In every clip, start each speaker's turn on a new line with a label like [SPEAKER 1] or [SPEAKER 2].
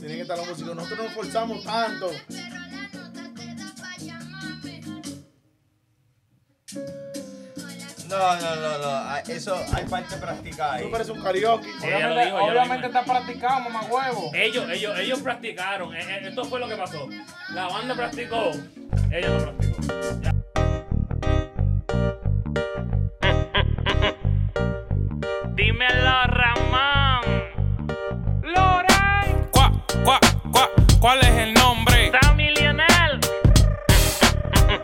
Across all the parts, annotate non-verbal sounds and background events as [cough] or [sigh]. [SPEAKER 1] Tiene que estar la música. Nosotros nos esforzamos tanto.
[SPEAKER 2] No, no, no, no. ah, Eso hay parte de practicar
[SPEAKER 1] Tú
[SPEAKER 2] ahí.
[SPEAKER 1] pareces un karaoke.
[SPEAKER 3] Ella lo
[SPEAKER 4] Obviamente,
[SPEAKER 3] dijo, ella lo
[SPEAKER 4] obviamente
[SPEAKER 3] dijo.
[SPEAKER 4] está practicado, mamá huevo.
[SPEAKER 3] Ellos, ellos, ellos practicaron. Eh, eh, Esto fue lo que pasó. La banda practicó. Ella no practicó. Ya. Dímelo, Ramón. Loray.
[SPEAKER 5] Cuá, cuá, cuá, ¿cuál es el nombre?
[SPEAKER 3] Sammy Lionel.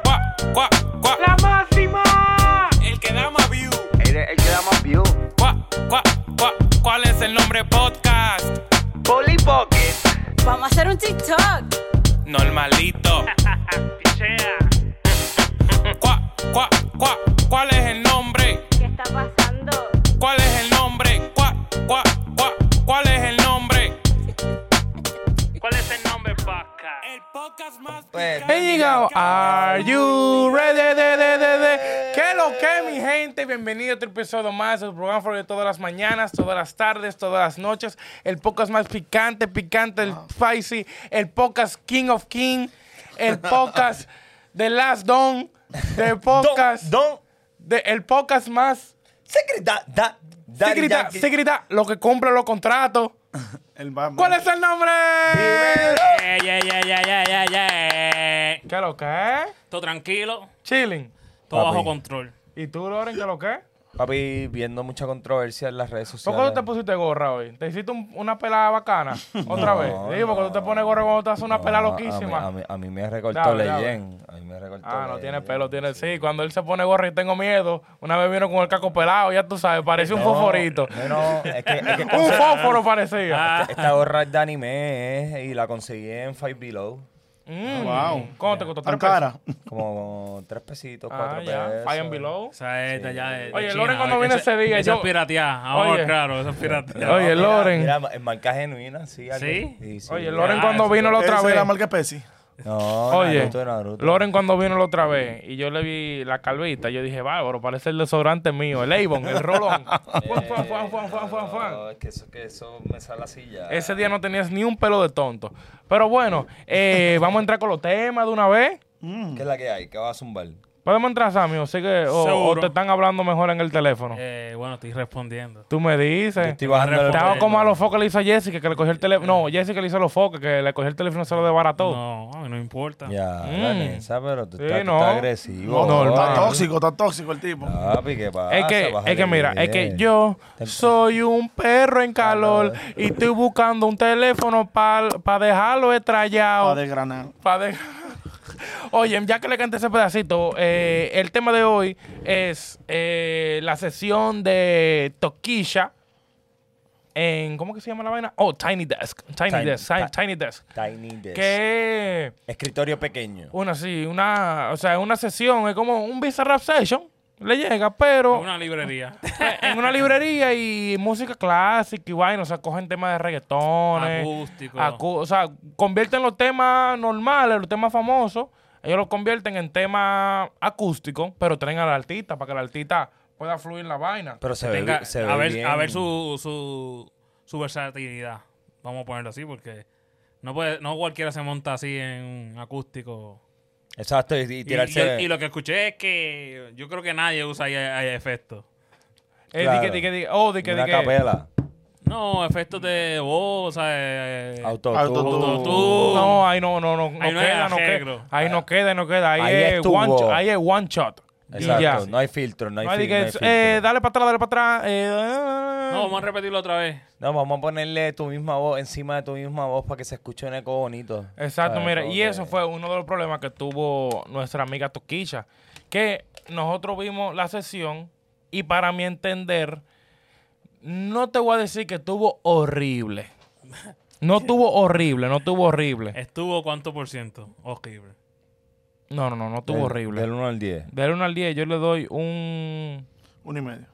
[SPEAKER 5] Cuá, cuá, cuá,
[SPEAKER 3] La máxima.
[SPEAKER 5] el que da más view.
[SPEAKER 6] El, el que da más view.
[SPEAKER 5] Cuá, cuá, cuá, ¿cuál es el nombre podcast?
[SPEAKER 6] Polly Pocket.
[SPEAKER 7] Vamos a hacer un TikTok.
[SPEAKER 5] Normalito. Cuá, cuá, cuá, ¿cuál es el nombre?
[SPEAKER 7] ¿Qué está pasando?
[SPEAKER 5] ¿Cuál es el nombre? Cuá, cuá, cuá, ¿cuál es el nombre?
[SPEAKER 3] ¿Cuál es el nombre, Paca?
[SPEAKER 5] El podcast más.
[SPEAKER 2] Pues,
[SPEAKER 4] Here you go. Are you ready? De, de, de, de. ¿Qué lo que, mi gente? Bienvenido a otro episodio más del programa de todas las mañanas, todas las tardes, todas las noches. El podcast más picante, picante, el spicy, el podcast King of King, el podcast The Last Don, el podcast,
[SPEAKER 2] Don,
[SPEAKER 4] de, el podcast más.
[SPEAKER 2] secreta, da, da,
[SPEAKER 4] Se grita, se grita, lo que compra los contratos.
[SPEAKER 1] El Batman.
[SPEAKER 4] ¿Cuál es el nombre?
[SPEAKER 3] Ya, ya, ya, ya, ya, ya, ya.
[SPEAKER 4] ¿Qué lo que?
[SPEAKER 3] Todo tranquilo,
[SPEAKER 4] Chilling.
[SPEAKER 3] todo
[SPEAKER 2] Papi.
[SPEAKER 3] bajo control.
[SPEAKER 4] ¿Y tú, Loren, qué lo que?
[SPEAKER 2] Papi, viendo mucha controversia en las redes
[SPEAKER 4] ¿Por
[SPEAKER 2] sociales.
[SPEAKER 4] qué tú te pusiste gorra hoy? ¿Te hiciste un- una
[SPEAKER 2] [laughs]
[SPEAKER 4] pelada bacana? ¿Otra vez? Digo, porque tú te pones gorra cuando te haces una
[SPEAKER 2] No,
[SPEAKER 4] pelada
[SPEAKER 2] Ah, a mí-
[SPEAKER 4] loquísima.
[SPEAKER 2] A mí, a mí me recortó
[SPEAKER 4] Dale, dale.
[SPEAKER 2] Leyen. A mí me recortó
[SPEAKER 4] ah, no tiene
[SPEAKER 2] Leyen.
[SPEAKER 4] pelo, tiene. Sí, cuando él se pone gorra y tengo miedo, una vez vino con el caco pelado, ya tú sabes, parece un
[SPEAKER 2] No, eh,
[SPEAKER 4] fosforito.
[SPEAKER 2] No, no, es que, es que
[SPEAKER 4] [laughs] un
[SPEAKER 2] conse- [laughs]
[SPEAKER 4] fósforo parecía.
[SPEAKER 3] Ah,
[SPEAKER 2] esta gorra es de anime eh, y la conseguí en Five Below.
[SPEAKER 4] Mm.
[SPEAKER 1] Wow.
[SPEAKER 4] ¿Cuánto te costó?
[SPEAKER 1] Tan
[SPEAKER 4] ¿Tres
[SPEAKER 1] cara.
[SPEAKER 2] Como tres pesitos,
[SPEAKER 4] Ah,
[SPEAKER 2] cuatro
[SPEAKER 4] ya.
[SPEAKER 2] pesos.
[SPEAKER 4] Five and below.
[SPEAKER 3] esa es de allá de- de
[SPEAKER 4] Oye,
[SPEAKER 3] China,
[SPEAKER 4] Loren, cuando
[SPEAKER 3] oye,
[SPEAKER 4] viene
[SPEAKER 3] esa-
[SPEAKER 4] ese día,
[SPEAKER 3] Esa
[SPEAKER 4] yo-
[SPEAKER 3] es pirateada. Ahora,
[SPEAKER 4] Oye.
[SPEAKER 3] claro, esa es
[SPEAKER 2] [laughs]
[SPEAKER 3] pirateada.
[SPEAKER 4] Oye,
[SPEAKER 2] Mira,
[SPEAKER 4] Loren.
[SPEAKER 2] Mira, en marca genuina, sí. algo-
[SPEAKER 3] ¿Sí?
[SPEAKER 4] Oye,
[SPEAKER 2] No,
[SPEAKER 4] Loren
[SPEAKER 3] Ah,
[SPEAKER 4] cuando
[SPEAKER 3] eso
[SPEAKER 4] vino la otra
[SPEAKER 1] Esa es
[SPEAKER 4] vez.
[SPEAKER 1] la marca Pepsi.
[SPEAKER 2] No,
[SPEAKER 4] Oye,
[SPEAKER 2] Naruto, Naruto.
[SPEAKER 4] Loren cuando vino la otra vez y yo le vi la calvita, yo dije, bárbaro, parece el desodorante mío, el Avon,
[SPEAKER 2] [laughs]
[SPEAKER 4] el rolón. Fuan, fuan, fuan, fuan, fuan, fuan, fuan.
[SPEAKER 2] Eh, No, es que eso, que eso me sale así ya.
[SPEAKER 4] Ese día no tenías ni un pelo de tonto. Pero bueno, eh, vamos a entrar con los temas de una vez.
[SPEAKER 2] ¿Qué es la que hay? ¿Qué va a zumbar?
[SPEAKER 4] Eh, Podemos entrar, Sammy, o, sigue, o,
[SPEAKER 3] Seguro.
[SPEAKER 4] o te están hablando mejor en el teléfono.
[SPEAKER 3] Eh, bueno, estoy respondiendo.
[SPEAKER 4] Tú me
[SPEAKER 2] Yo
[SPEAKER 4] dices.
[SPEAKER 2] estoy bajando el
[SPEAKER 4] Estaba
[SPEAKER 2] volumen.
[SPEAKER 4] como a los focos que le hizo a Jessica, que le cogió el teléfono. No, Jessica le hizo a los focos, que le cogió el teléfono y se lo desbarató.
[SPEAKER 3] No, a mí no me importa.
[SPEAKER 2] Ya,
[SPEAKER 4] Mm.
[SPEAKER 2] la nesa, pero tú
[SPEAKER 4] Sí,
[SPEAKER 2] estás, tú
[SPEAKER 4] no.
[SPEAKER 2] estás agresivo.
[SPEAKER 4] No, no,
[SPEAKER 1] Está
[SPEAKER 4] normal.
[SPEAKER 2] ahora.
[SPEAKER 1] tóxico, está tóxico el tipo.
[SPEAKER 2] Papi, ¿qué pasa?
[SPEAKER 4] Es que,
[SPEAKER 2] Bájale
[SPEAKER 4] es que mira, es que
[SPEAKER 2] bien.
[SPEAKER 4] yo
[SPEAKER 2] Tem-
[SPEAKER 4] soy un perro en calor y estoy buscando un teléfono para dejarlo estrellado.
[SPEAKER 1] Para desgranar.
[SPEAKER 4] Pa' de- Oye, ya que le canté ese pedacito, eh, el tema de hoy es eh, la sesión de Toquilla en, ¿cómo que se llama la vaina? Oh, Tiny Desk. Tiny,
[SPEAKER 2] Tiny-
[SPEAKER 4] Desk. Tiny,
[SPEAKER 2] ti-
[SPEAKER 4] Tiny Desk.
[SPEAKER 2] Tiny Desk.
[SPEAKER 4] Que
[SPEAKER 2] Escritorio pequeño.
[SPEAKER 4] una, sí, una, o sea, una sesión, es como un Bizarrap Session, le llega, pero
[SPEAKER 3] Una
[SPEAKER 4] [laughs]
[SPEAKER 3] librería.
[SPEAKER 4] eh, en una librería y música clásica y vaina, o sea, cogen temas de reggaetones.
[SPEAKER 3] Acústico.
[SPEAKER 4] acu- o sea, convierten los temas normales, los temas famosos, ellos los convierten en temas acústicos, pero traen al artista para que el artista pueda fluir la vaina.
[SPEAKER 2] Pero se ve,
[SPEAKER 3] Tenga-
[SPEAKER 2] bi- se ve
[SPEAKER 3] a, ver,
[SPEAKER 2] bien.
[SPEAKER 3] a ver su, su, su versatilidad. Vamos a ponerlo así porque no, puede, no cualquiera se monta así en un acústico.
[SPEAKER 2] Exacto, y, y
[SPEAKER 3] Y,
[SPEAKER 2] tirarse...
[SPEAKER 3] y- y lo que escuché es que yo creo que nadie usa ahí- ahí efectos.
[SPEAKER 4] Eh,
[SPEAKER 2] claro.
[SPEAKER 4] di que, di que, di- oh, di que,
[SPEAKER 2] una
[SPEAKER 4] di que-
[SPEAKER 2] capela.
[SPEAKER 3] No, efectos de voz, o sea, eh,
[SPEAKER 2] Autotune.
[SPEAKER 1] Autotune.
[SPEAKER 3] autotune.
[SPEAKER 4] No, ahí no, no, no, no
[SPEAKER 3] Ahí no hay
[SPEAKER 4] queda, no
[SPEAKER 3] arreglo.
[SPEAKER 4] queda. Ahí no queda, no queda. Ahí,
[SPEAKER 2] Ahí
[SPEAKER 4] es,
[SPEAKER 2] estuvo.
[SPEAKER 4] one shot, ahí es one shot. Y ya.
[SPEAKER 2] Exacto, no hay filtro, no hay,
[SPEAKER 4] No hay di
[SPEAKER 2] fil- no hay
[SPEAKER 4] que,
[SPEAKER 2] filtro.
[SPEAKER 4] eh, dale para atrás, dale para atrás. eh,
[SPEAKER 3] No, vamos a repetirlo otra vez.
[SPEAKER 2] No, vamos a ponerle tu misma voz encima de tu misma voz para que se escuche un eco bonito.
[SPEAKER 4] Exacto,
[SPEAKER 2] ¿Sabes?
[SPEAKER 4] mira,
[SPEAKER 2] Como
[SPEAKER 4] y
[SPEAKER 2] que-
[SPEAKER 4] eso fue uno de los problemas que tuvo nuestra amiga Toquilla, que nosotros vimos la sesión y para mi entender, no te voy a decir que tuvo
[SPEAKER 2] [laughs]
[SPEAKER 4] horrible. No tuvo horrible, no tuvo horrible.
[SPEAKER 3] ¿Estuvo cuánto por ciento? Horrible.
[SPEAKER 4] No, no, no, no tuvo
[SPEAKER 2] Del-
[SPEAKER 4] horrible.
[SPEAKER 2] Del 1 al 10.
[SPEAKER 4] Del 1 al 10 yo le doy un,
[SPEAKER 1] Uno y medio.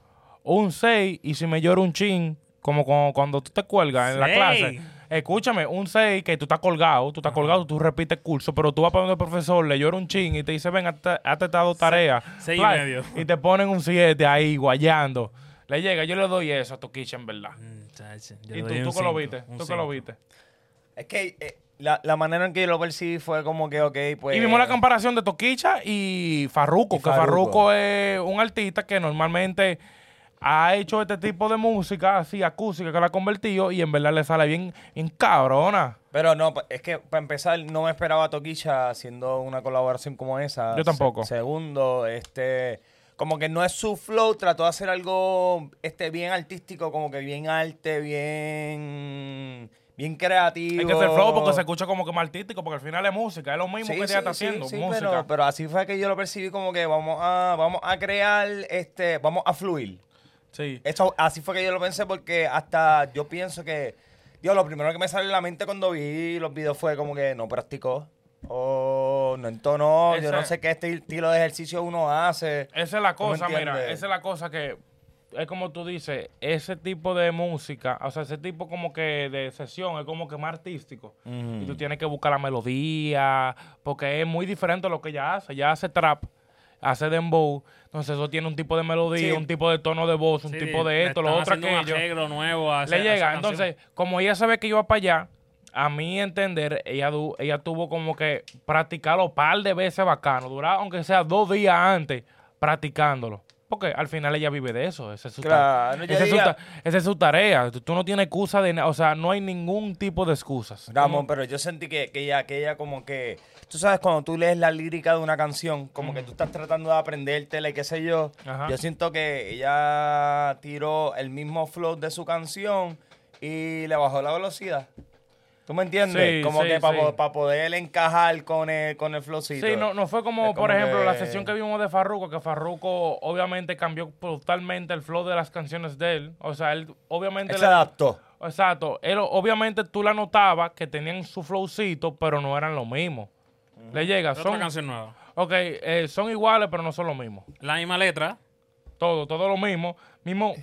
[SPEAKER 4] un 6 y si me lloro un chin, como cuando, cuando tú te cuelgas en la
[SPEAKER 3] Seis.
[SPEAKER 4] clase. Escúchame, un 6 que tú estás colgado, tú estás colgado, tú repites curso, pero tú vas para donde el profesor, le llora un chin y te dice, ven, hazte hazte estas dos tareas.
[SPEAKER 3] seis y
[SPEAKER 4] Plan,
[SPEAKER 3] medio.
[SPEAKER 4] Y te ponen un 7 ahí, guayando. Le llega, yo le doy eso a Toquicha, en verdad.
[SPEAKER 3] Mm, chacho, yo
[SPEAKER 4] y
[SPEAKER 3] le
[SPEAKER 4] tú,
[SPEAKER 3] doy un
[SPEAKER 4] tú que lo
[SPEAKER 3] cinco,
[SPEAKER 4] viste,
[SPEAKER 3] un
[SPEAKER 4] tú que lo
[SPEAKER 3] cinco.
[SPEAKER 4] viste.
[SPEAKER 2] Es que eh, la, la manera en que yo lo percibí fue como que, ok, pues.
[SPEAKER 4] Y vimos la comparación de Toquicha y Farruko,
[SPEAKER 2] Y
[SPEAKER 4] que Farruko es un artista que normalmente ha hecho este tipo de música así acústica que la ha convertido y en verdad le sale bien, bien cabrona.
[SPEAKER 2] Pero no, pa- es que para empezar, no me esperaba a Toquicha haciendo una colaboración como esa.
[SPEAKER 4] Yo tampoco.
[SPEAKER 2] Se- segundo, este. Como que no es su flow, trató de hacer algo este, bien artístico, como que bien arte, bien. bien creativo.
[SPEAKER 4] Hay que hacer flow porque se escucha como que más artístico, porque al final es música, es lo mismo que ella está haciendo,
[SPEAKER 2] sí,
[SPEAKER 4] música.
[SPEAKER 2] pero, pero así fue que yo lo percibí como que vamos a, vamos a crear, este, vamos a fluir.
[SPEAKER 4] sí.
[SPEAKER 2] Eso, así fue que yo lo pensé porque hasta yo pienso que, Dios, lo primero que me sale en la mente cuando vi los videos fue como que no practicó o no entonó, yo
[SPEAKER 4] Ese-
[SPEAKER 2] no sé qué este estilo de ejercicio uno hace.
[SPEAKER 4] Esa es la
[SPEAKER 2] ¿Tú me
[SPEAKER 4] cosa, mira,
[SPEAKER 2] entiendes?
[SPEAKER 4] esa es la cosa que es como tú dices, ese tipo de música, o sea, ese tipo como que de sesión es como que más artístico. Y tú tienes que buscar la melodía, porque es muy diferente a lo que ella hace. Ella hace trap, hace dembow, entonces eso tiene un tipo de
[SPEAKER 2] Sí.
[SPEAKER 4] melodía, un tipo de tono de voz, un
[SPEAKER 3] Sí,
[SPEAKER 4] tipo
[SPEAKER 3] le
[SPEAKER 4] de esto, lo
[SPEAKER 3] están
[SPEAKER 4] otro,
[SPEAKER 3] haciendo un
[SPEAKER 4] aquello
[SPEAKER 3] arreglo nuevo a esa- a
[SPEAKER 4] le
[SPEAKER 3] esa
[SPEAKER 4] llega.
[SPEAKER 3] canción.
[SPEAKER 4] Entonces, como ella sabe que yo iba para allá, a mi entender, ella, du- ella tuvo como que practicarlo un par de veces bacano. Durar, aunque sea dos días antes, practicándolo. Porque al final ella vive de eso. Esa es su, ta-
[SPEAKER 2] Claro, yo
[SPEAKER 4] esa es su
[SPEAKER 2] diría-
[SPEAKER 4] ta- esa es su tarea. Tú, tú no tienes excusa de nada. O sea, no hay ningún tipo de excusas.
[SPEAKER 2] Ramón, pero yo sentí que, que ella, que ella como que, tú sabes, cuando tú lees la lírica de una canción, como que tú estás tratando de aprendértela y qué sé yo,
[SPEAKER 4] Ajá.
[SPEAKER 2] yo siento que ella tiró el mismo flow de su canción y le bajó la velocidad. ¿Tú me entiendes?
[SPEAKER 4] Sí,
[SPEAKER 2] como
[SPEAKER 4] sí,
[SPEAKER 2] que para
[SPEAKER 4] sí.
[SPEAKER 2] poder encajar con el, con el flowcito.
[SPEAKER 4] Sí, no, no fue como,
[SPEAKER 2] Es
[SPEAKER 4] por
[SPEAKER 2] como
[SPEAKER 4] ejemplo, la
[SPEAKER 2] que-
[SPEAKER 4] sesión que vimos de Farruko, que Farruko obviamente cambió totalmente el flow de las canciones de él. O sea, él obviamente...
[SPEAKER 2] Él
[SPEAKER 4] le-
[SPEAKER 2] se adaptó.
[SPEAKER 4] Exacto. Él, obviamente tú la notabas que tenían su flowcito, pero no eran lo mismo. Le llega,
[SPEAKER 3] Otra
[SPEAKER 4] son,
[SPEAKER 3] canción nueva.
[SPEAKER 4] ok, eh, son iguales, pero no son lo mismo.
[SPEAKER 3] La misma letra.
[SPEAKER 4] Todo, todo lo mismo. Mismo,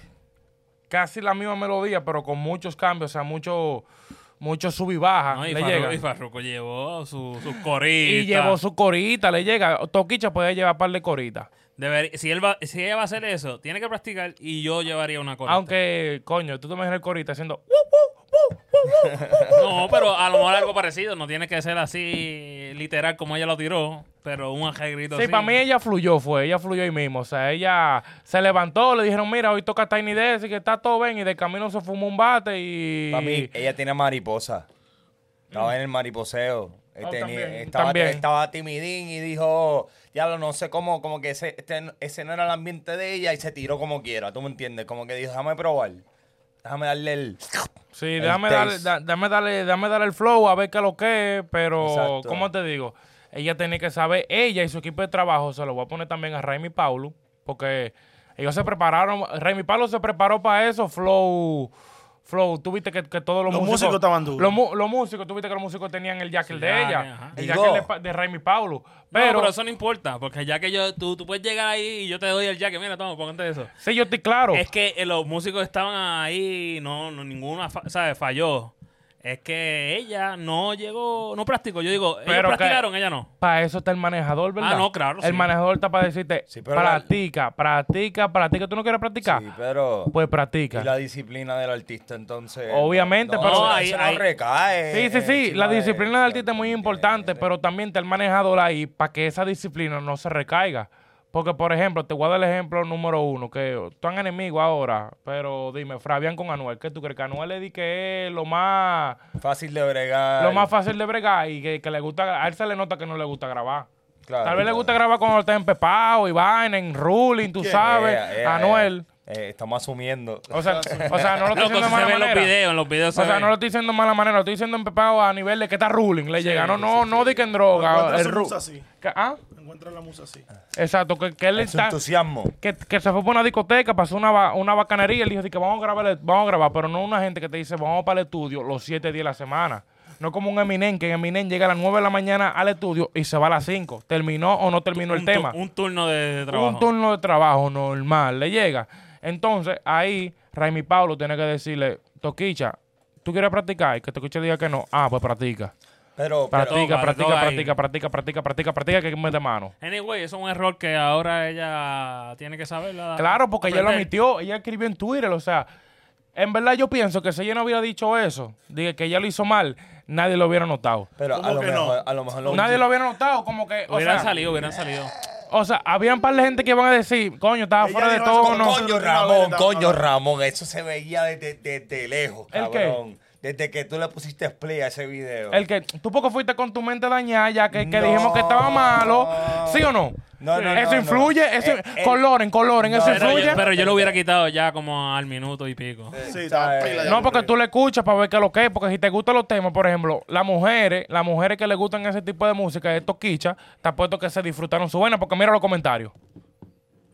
[SPEAKER 4] casi la misma melodía, pero con muchos cambios, o sea, mucho, mucho sub y baja.
[SPEAKER 3] ¿no? Y,
[SPEAKER 4] Ah, le
[SPEAKER 3] Farru-
[SPEAKER 4] llega.
[SPEAKER 3] y Farruko llevó su, sus coritas.
[SPEAKER 4] Y llevó su corita, le llega. Toquicha puede llevar par de coritas.
[SPEAKER 3] Deber- si, él va, si ella va a hacer eso, tiene que practicar y yo llevaría una corita.
[SPEAKER 4] Aunque, coño, tú te imaginas el corita haciendo...
[SPEAKER 3] No, pero a lo mejor algo parecido. No tiene que ser así literal como ella lo tiró, pero un arreglito
[SPEAKER 4] Sí,
[SPEAKER 3] así.
[SPEAKER 4] para mí ella fluyó, fue, ella fluyó ahí mismo. O sea, ella se levantó, le dijeron, mira, hoy toca Tiny Desk, que está todo bien, y de camino se fumó un bate y...
[SPEAKER 2] Para mí, ella tiene mariposa. Estaba en el mariposeo. Eh,
[SPEAKER 4] Oh,
[SPEAKER 2] tenía-
[SPEAKER 4] también,
[SPEAKER 2] estaba,
[SPEAKER 4] también.
[SPEAKER 2] estaba timidín y dijo, diablo, no sé cómo, como que ese, este- ese no era el ambiente de ella y se tiró como quiera, ¿tú me entiendes? Como que dijo, déjame probar, déjame darle el...
[SPEAKER 4] Sí, déjame darle,
[SPEAKER 2] taste.
[SPEAKER 4] da- déjame darle, déjame darle el flow, a ver qué es lo que es, pero,
[SPEAKER 2] Exacto.
[SPEAKER 4] ¿cómo te digo? Ella tiene que saber, ella y su equipo de trabajo, se lo voy a poner también a Raimi Paulo, porque ellos se prepararon, Raimi Paulo se preparó para eso, flow... Flow, tú viste que, que todos los,
[SPEAKER 1] Los músicos estaban duros.
[SPEAKER 4] Los, mu- los músicos, tú viste que los músicos tenían el jacket
[SPEAKER 3] Sí,
[SPEAKER 4] de
[SPEAKER 3] ya,
[SPEAKER 4] ella.
[SPEAKER 3] ajá.
[SPEAKER 4] El
[SPEAKER 2] Digo.
[SPEAKER 4] jacket de, pa- de Raimi Paulo.
[SPEAKER 3] No, pero, eso no importa, porque ya que yo, tú, tú puedes llegar ahí y yo te doy el jacket. Mira, toma, póngate eso.
[SPEAKER 4] Sí, yo estoy claro.
[SPEAKER 3] Es que eh, los músicos estaban ahí, no, no ninguna, fa- ¿sabes? Falló. Es que ella no llegó, no practicó. Yo digo, ellos
[SPEAKER 4] Pero que-
[SPEAKER 3] practicaron, ella no.
[SPEAKER 4] Para eso está el manejador, ¿verdad?
[SPEAKER 3] Ah, no, claro,
[SPEAKER 4] El
[SPEAKER 3] sí.
[SPEAKER 4] manejador está para decirte,
[SPEAKER 2] Sí, pero la-
[SPEAKER 4] practica, practica, practica. ¿Tú no quieres practicar?
[SPEAKER 2] Sí, pero...
[SPEAKER 4] Pues
[SPEAKER 2] Y
[SPEAKER 4] practica.
[SPEAKER 2] la disciplina del artista, entonces...
[SPEAKER 4] Obviamente, pero-
[SPEAKER 2] eso
[SPEAKER 3] ahí-
[SPEAKER 2] no
[SPEAKER 3] ahí-
[SPEAKER 2] recae.
[SPEAKER 4] Sí, sí, sí.
[SPEAKER 2] eh, encima
[SPEAKER 4] La
[SPEAKER 2] de- eh,
[SPEAKER 4] disciplina del artista es muy importante, pero también está el manejador ahí para que esa disciplina no se recaiga. Porque, por ejemplo, te voy a dar el ejemplo número uno, que están enemigos ahora, pero dime, Fabián con Anuel, ¿qué tú crees? Que Anuel le di que es lo más,
[SPEAKER 2] Fácil de bregar.
[SPEAKER 4] pues. lo más fácil de bregar y que, que le gusta, a él se le nota que no le gusta grabar.
[SPEAKER 2] Claro, Eh,
[SPEAKER 4] Tal vez le
[SPEAKER 2] claro.
[SPEAKER 4] gusta grabar cuando está en Pepao, y vaina, en Ruling, tú sabes,
[SPEAKER 2] Eh, eh, eh,
[SPEAKER 4] Anuel.
[SPEAKER 2] eh, estamos asumiendo.
[SPEAKER 4] O sea, o sea, no lo estoy
[SPEAKER 3] Loco,
[SPEAKER 4] diciendo de
[SPEAKER 3] se
[SPEAKER 4] mala
[SPEAKER 3] ven los
[SPEAKER 4] manera.
[SPEAKER 3] videos, en los videos se
[SPEAKER 4] O sea,
[SPEAKER 3] ve.
[SPEAKER 4] no lo estoy diciendo de mala manera, lo estoy diciendo en pepado a nivel de que está ruling, le llega. No, no, no di que en droga.
[SPEAKER 1] Encuentra
[SPEAKER 4] El
[SPEAKER 1] su
[SPEAKER 4] ru-
[SPEAKER 1] musa así.
[SPEAKER 4] que- ah,
[SPEAKER 1] Encuentra la musa así.
[SPEAKER 4] exacto, que, que él
[SPEAKER 2] Es [laughs] su
[SPEAKER 4] está.
[SPEAKER 2] entusiasmo.
[SPEAKER 4] Que, que se fue por una discoteca, pasó una, ba- una bacanería, él dijo di que vamos a grabar, el- vamos a grabar, pero no una gente que te dice vamos para el estudio los siete días de la semana. No como un Eminem, que en Eminem llega a las 9 de la mañana al estudio y se va a las 5. ¿Terminó o no terminó el
[SPEAKER 3] un, tu-
[SPEAKER 4] tema?
[SPEAKER 3] un turno de, de trabajo.
[SPEAKER 4] un turno de trabajo normal, le llega. Entonces, ahí Raimi Pablo tiene que decirle, Toquicha, ¿tú quieres practicar? Y que Toquicha diga que no. Ah, pues practica.
[SPEAKER 2] Pero, pero
[SPEAKER 4] Practica,
[SPEAKER 3] Toca,
[SPEAKER 4] practica,
[SPEAKER 3] toca ahí.
[SPEAKER 4] practica, practica, practica, practica, practica, que mete mano.
[SPEAKER 3] Anyway, eso es un error que ahora ella tiene que saber. la-
[SPEAKER 4] Claro, porque ella lo
[SPEAKER 3] Ah, aprender.
[SPEAKER 4] admitió, ella escribió en Twitter, o sea, En verdad yo pienso que si ella no hubiera dicho eso, dije que ella lo hizo mal, nadie lo hubiera notado.
[SPEAKER 2] Pero a
[SPEAKER 1] ¿Cómo
[SPEAKER 2] lo,
[SPEAKER 1] que no?
[SPEAKER 2] mejor, a lo mejor lo
[SPEAKER 4] Nadie lo hubiera notado, como que... O
[SPEAKER 3] Hubieran
[SPEAKER 4] sea,
[SPEAKER 3] salido, hubieran salido.
[SPEAKER 4] o sea, había un par de gente que iban a decir, coño, estaba
[SPEAKER 1] Ella
[SPEAKER 4] fuera de
[SPEAKER 1] dijo eso
[SPEAKER 4] tono.
[SPEAKER 1] con
[SPEAKER 4] no.
[SPEAKER 1] coño.
[SPEAKER 2] Coño,
[SPEAKER 1] Una
[SPEAKER 2] Ramón,
[SPEAKER 1] vez,
[SPEAKER 2] coño,
[SPEAKER 1] no, no.
[SPEAKER 2] Ramón. Eso se veía desde de, de lejos,
[SPEAKER 4] ¿El qué?
[SPEAKER 2] cabrón. Desde que tú le pusiste play a ese video.
[SPEAKER 4] El que tú poco fuiste con tu mente dañada, ya que, que
[SPEAKER 2] No.
[SPEAKER 4] dijimos que estaba malo. ¿Sí o no?
[SPEAKER 2] No, no,
[SPEAKER 4] Eso
[SPEAKER 2] no,
[SPEAKER 4] influye,
[SPEAKER 2] no.
[SPEAKER 4] eso.
[SPEAKER 2] Eh, eh.
[SPEAKER 4] coloren, coloren, eso
[SPEAKER 2] Pero
[SPEAKER 3] Pero
[SPEAKER 4] influye.
[SPEAKER 3] yo, pero yo lo hubiera quitado ya como al minuto y pico.
[SPEAKER 1] Sí,
[SPEAKER 2] ¿sabes?
[SPEAKER 1] estaba pila ya.
[SPEAKER 4] No, porque tú le escuchas para ver qué es lo que es. Porque si te gustan los temas, por ejemplo, las mujeres, las mujeres que les gustan ese tipo de música, estos quichas, te apuesto que se disfrutaron su buena. Porque mira los comentarios.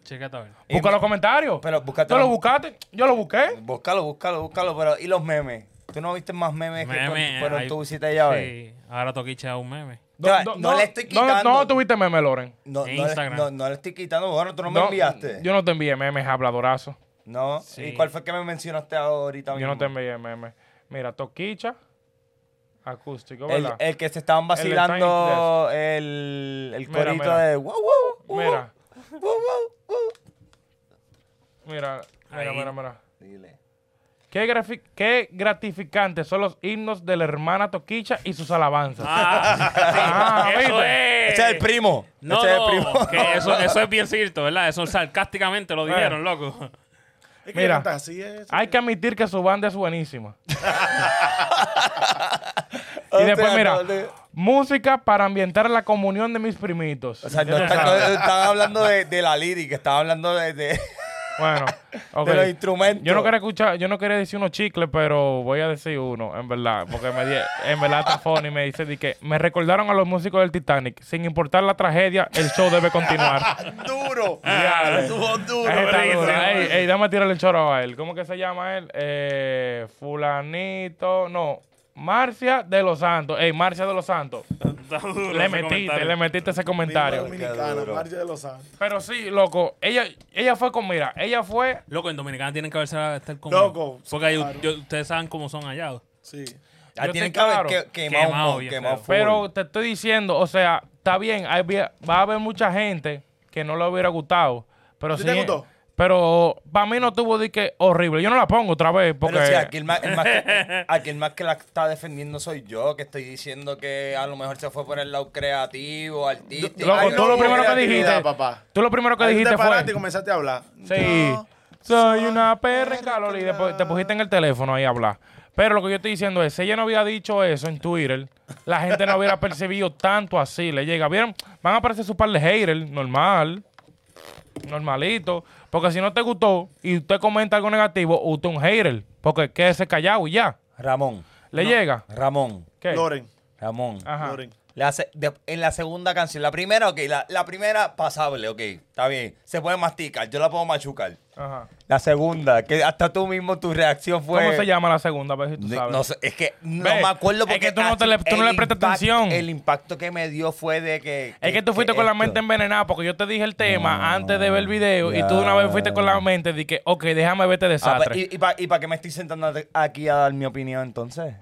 [SPEAKER 3] Chécate a ver.
[SPEAKER 2] Y
[SPEAKER 4] Busca
[SPEAKER 2] me-
[SPEAKER 4] los comentarios.
[SPEAKER 2] pero búscate
[SPEAKER 4] ¿Tú lo
[SPEAKER 2] los-
[SPEAKER 4] buscaste? Yo lo busqué.
[SPEAKER 2] Búscalo, búscalo, búscalo. Pero, ¿y los memes? ¿Tú no viste más memes que con-
[SPEAKER 3] Meme,
[SPEAKER 2] fueron
[SPEAKER 3] ahí-
[SPEAKER 2] tu visita de llave?
[SPEAKER 3] Sí, ahora Toquicha es un meme.
[SPEAKER 2] O sea,
[SPEAKER 4] Do- do-
[SPEAKER 2] no, le estoy
[SPEAKER 4] no-
[SPEAKER 2] quitando.
[SPEAKER 4] No, tuviste meme, Loren.
[SPEAKER 2] no,
[SPEAKER 3] En
[SPEAKER 2] no le-
[SPEAKER 3] Instagram.
[SPEAKER 2] no- no le estoy quitando. Bueno, tú no me
[SPEAKER 4] No,
[SPEAKER 2] enviaste.
[SPEAKER 4] Yo no te envié memes, habladorazo.
[SPEAKER 2] no. ¿Y
[SPEAKER 3] Sí.
[SPEAKER 2] cuál fue que me mencionaste ahorita
[SPEAKER 4] Yo
[SPEAKER 2] mismo?
[SPEAKER 4] no te envié meme. Mira, toquicha, acústico,
[SPEAKER 2] el,
[SPEAKER 4] ¿verdad?
[SPEAKER 2] el que se estaban vacilando el, el
[SPEAKER 4] Mira,
[SPEAKER 2] corito
[SPEAKER 4] mira.
[SPEAKER 2] de wow, wow, wow,
[SPEAKER 4] Mira,
[SPEAKER 2] wow, wow, wow.
[SPEAKER 4] mira, mira,
[SPEAKER 3] Ahí.
[SPEAKER 4] mira, mira.
[SPEAKER 2] Dile.
[SPEAKER 4] Qué, grafi- qué gratificantes son los himnos de la hermana Toquicha y sus alabanzas.
[SPEAKER 3] Ah,
[SPEAKER 4] Ah,
[SPEAKER 3] eso
[SPEAKER 4] ¿viste?
[SPEAKER 3] es.
[SPEAKER 2] Ese es el primo.
[SPEAKER 3] No,
[SPEAKER 2] Ese es el
[SPEAKER 3] no,
[SPEAKER 2] primo.
[SPEAKER 3] que
[SPEAKER 2] [laughs]
[SPEAKER 3] eso, eso es bien cierto, ¿verdad? Eso sarcásticamente lo dijeron, loco.
[SPEAKER 1] Es que
[SPEAKER 4] Mira. Ah,
[SPEAKER 1] ella canta así eh, es.
[SPEAKER 4] Hay que admitir que su banda
[SPEAKER 2] [laughs]
[SPEAKER 4] es buenísima. y
[SPEAKER 2] Hostia,
[SPEAKER 4] después, mira,
[SPEAKER 2] no, no.
[SPEAKER 4] música para ambientar la comunión de mis primitos.
[SPEAKER 2] O sea, no están, no están hablando de, de la lírica, están hablando de, de-
[SPEAKER 3] [laughs]
[SPEAKER 4] Bueno,
[SPEAKER 2] [laughs]
[SPEAKER 4] ok.
[SPEAKER 2] de los instrumentos.
[SPEAKER 4] Yo no quería escuchar, yo no quería decir unos chicles, pero voy a decir uno, en verdad, porque me di, en verdad está funny, me dice de que me recordaron a los músicos del Titanic, sin importar la tragedia, el show
[SPEAKER 2] [laughs]
[SPEAKER 4] debe continuar.
[SPEAKER 1] Duro. Estuvo duro.
[SPEAKER 4] Ese Ah. está
[SPEAKER 1] ¿verdad?
[SPEAKER 4] duro. Ey, ey, dame a tirarle el choro a él. ¿Cómo que se llama él? Eh, fulanito, no, Marcia de los Santos. Ey, Marcia de los Santos.
[SPEAKER 3] Está duro
[SPEAKER 4] Le
[SPEAKER 3] ese
[SPEAKER 4] metiste,
[SPEAKER 3] comentario.
[SPEAKER 4] le metiste ese
[SPEAKER 1] Diva
[SPEAKER 4] comentario.
[SPEAKER 2] Qué
[SPEAKER 1] Dominicana,
[SPEAKER 2] duro.
[SPEAKER 1] Marcha de los Santos.
[SPEAKER 4] Pero sí, loco, ella, ella fue con, mira, ella fue
[SPEAKER 3] Loco, en Dominicana tienen que haberse estar con.
[SPEAKER 1] Loco,
[SPEAKER 3] Porque ahí
[SPEAKER 1] claro.
[SPEAKER 3] yo- ustedes saben cómo son allá.
[SPEAKER 1] Sí.
[SPEAKER 2] Ya
[SPEAKER 4] yo
[SPEAKER 2] Ah, tienen que
[SPEAKER 4] estoy
[SPEAKER 2] haber
[SPEAKER 4] claro.
[SPEAKER 2] que- quemado, un
[SPEAKER 3] Quemado,
[SPEAKER 2] poco,
[SPEAKER 3] bien
[SPEAKER 2] quemado
[SPEAKER 3] feo.
[SPEAKER 2] full.
[SPEAKER 4] Pero te estoy diciendo, o sea, está bien, hay vi- va a haber mucha gente que no le hubiera gustado. Pero
[SPEAKER 1] ¿Sí
[SPEAKER 4] sí,
[SPEAKER 1] te gustó?
[SPEAKER 4] Pero para mí no tuvo de que horrible. Yo no la pongo otra vez porque...
[SPEAKER 2] Pero sí, aquí el, más, el más
[SPEAKER 4] [laughs]
[SPEAKER 2] que, aquí el más que la está defendiendo soy yo, que estoy diciendo que a lo mejor se fue por el lado creativo, artístico.
[SPEAKER 4] Loco,
[SPEAKER 2] Ay,
[SPEAKER 4] tú lo
[SPEAKER 2] no,
[SPEAKER 4] primero que
[SPEAKER 2] creatividad.
[SPEAKER 4] dijiste,
[SPEAKER 1] papá.
[SPEAKER 4] tú lo primero que
[SPEAKER 1] Ahí
[SPEAKER 4] dijiste
[SPEAKER 1] te
[SPEAKER 4] fue...
[SPEAKER 1] paraste y comenzaste a hablar.
[SPEAKER 4] Sí.
[SPEAKER 1] No.
[SPEAKER 4] Soy una perra en calor y después te pusiste en el teléfono ahí a hablar. Pero lo que yo estoy diciendo es, si ella no hubiera dicho eso en Twitter, la gente no hubiera percibido tanto así. Le llega, ¿vieron? Van a aparecer su par de haters, normal. Normalito. Porque si no te gustó y usted comenta algo negativo, usted es un hater. Porque quédese callado y ya.
[SPEAKER 2] Ramón,
[SPEAKER 4] Le llega.
[SPEAKER 2] Ramón,
[SPEAKER 4] ¿Qué?
[SPEAKER 1] Loren.
[SPEAKER 2] Ramón.
[SPEAKER 4] Ajá.
[SPEAKER 1] Loren.
[SPEAKER 2] Le hace- de- en la segunda canción, la primera, ok, la, la primera pasable, ok, está bien. Se puede masticar, yo la puedo machucar.
[SPEAKER 4] Ajá.
[SPEAKER 2] La segunda, que hasta tú mismo tu reacción fue.
[SPEAKER 4] ¿Cómo se llama la segunda? A ver si tú
[SPEAKER 2] Ni-
[SPEAKER 4] sabes.
[SPEAKER 2] Pues, No sé, es que no
[SPEAKER 4] Ve,
[SPEAKER 2] me acuerdo
[SPEAKER 4] es
[SPEAKER 2] porque
[SPEAKER 4] que tú no te le- tú no
[SPEAKER 2] el
[SPEAKER 4] le prestas
[SPEAKER 2] impact-
[SPEAKER 4] atención.
[SPEAKER 2] El impacto que me dio fue de que.
[SPEAKER 4] Es que tú fuiste con la
[SPEAKER 2] esto.
[SPEAKER 4] mente envenenada porque yo te dije el tema antes de ver el video y tú de una vez fuiste con la mente de que, ok, déjame verte
[SPEAKER 2] Ah,
[SPEAKER 4] desastre.
[SPEAKER 2] pa- ¿Y, y para qué me estoy sentando aquí a dar mi opinión entonces?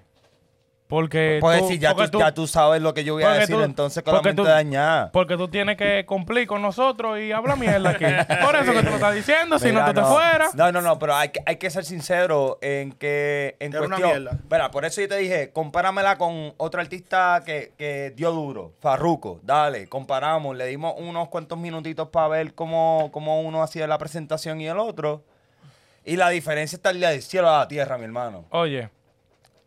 [SPEAKER 4] porque
[SPEAKER 2] Porque
[SPEAKER 4] tú,
[SPEAKER 2] pues, si ya
[SPEAKER 4] porque
[SPEAKER 2] tú, ya tú sabes lo que yo voy a
[SPEAKER 4] porque
[SPEAKER 2] decir,
[SPEAKER 4] tú-
[SPEAKER 2] entonces con la
[SPEAKER 4] porque
[SPEAKER 2] mente
[SPEAKER 4] tú-
[SPEAKER 2] dañada.
[SPEAKER 4] Porque tú
[SPEAKER 2] [laughs]
[SPEAKER 4] tienes que cumplir con nosotros y habla mierda aquí. Por eso que tú lo estás diciendo, si no
[SPEAKER 2] Mira,
[SPEAKER 4] tú te fueras.
[SPEAKER 2] No, no, no, pero hay que, hay que ser sincero en que. En
[SPEAKER 1] Era una
[SPEAKER 2] cuestión.
[SPEAKER 1] mierda.
[SPEAKER 2] Mira, por eso yo te dije, compáramela con otro artista que, que dio duro, Farruco. Dale, comparamos. Le dimos unos cuantos minutitos para ver cómo, cómo uno hacía la presentación y el otro. Y la diferencia está del cielo a la tierra, mi hermano.
[SPEAKER 4] Oye,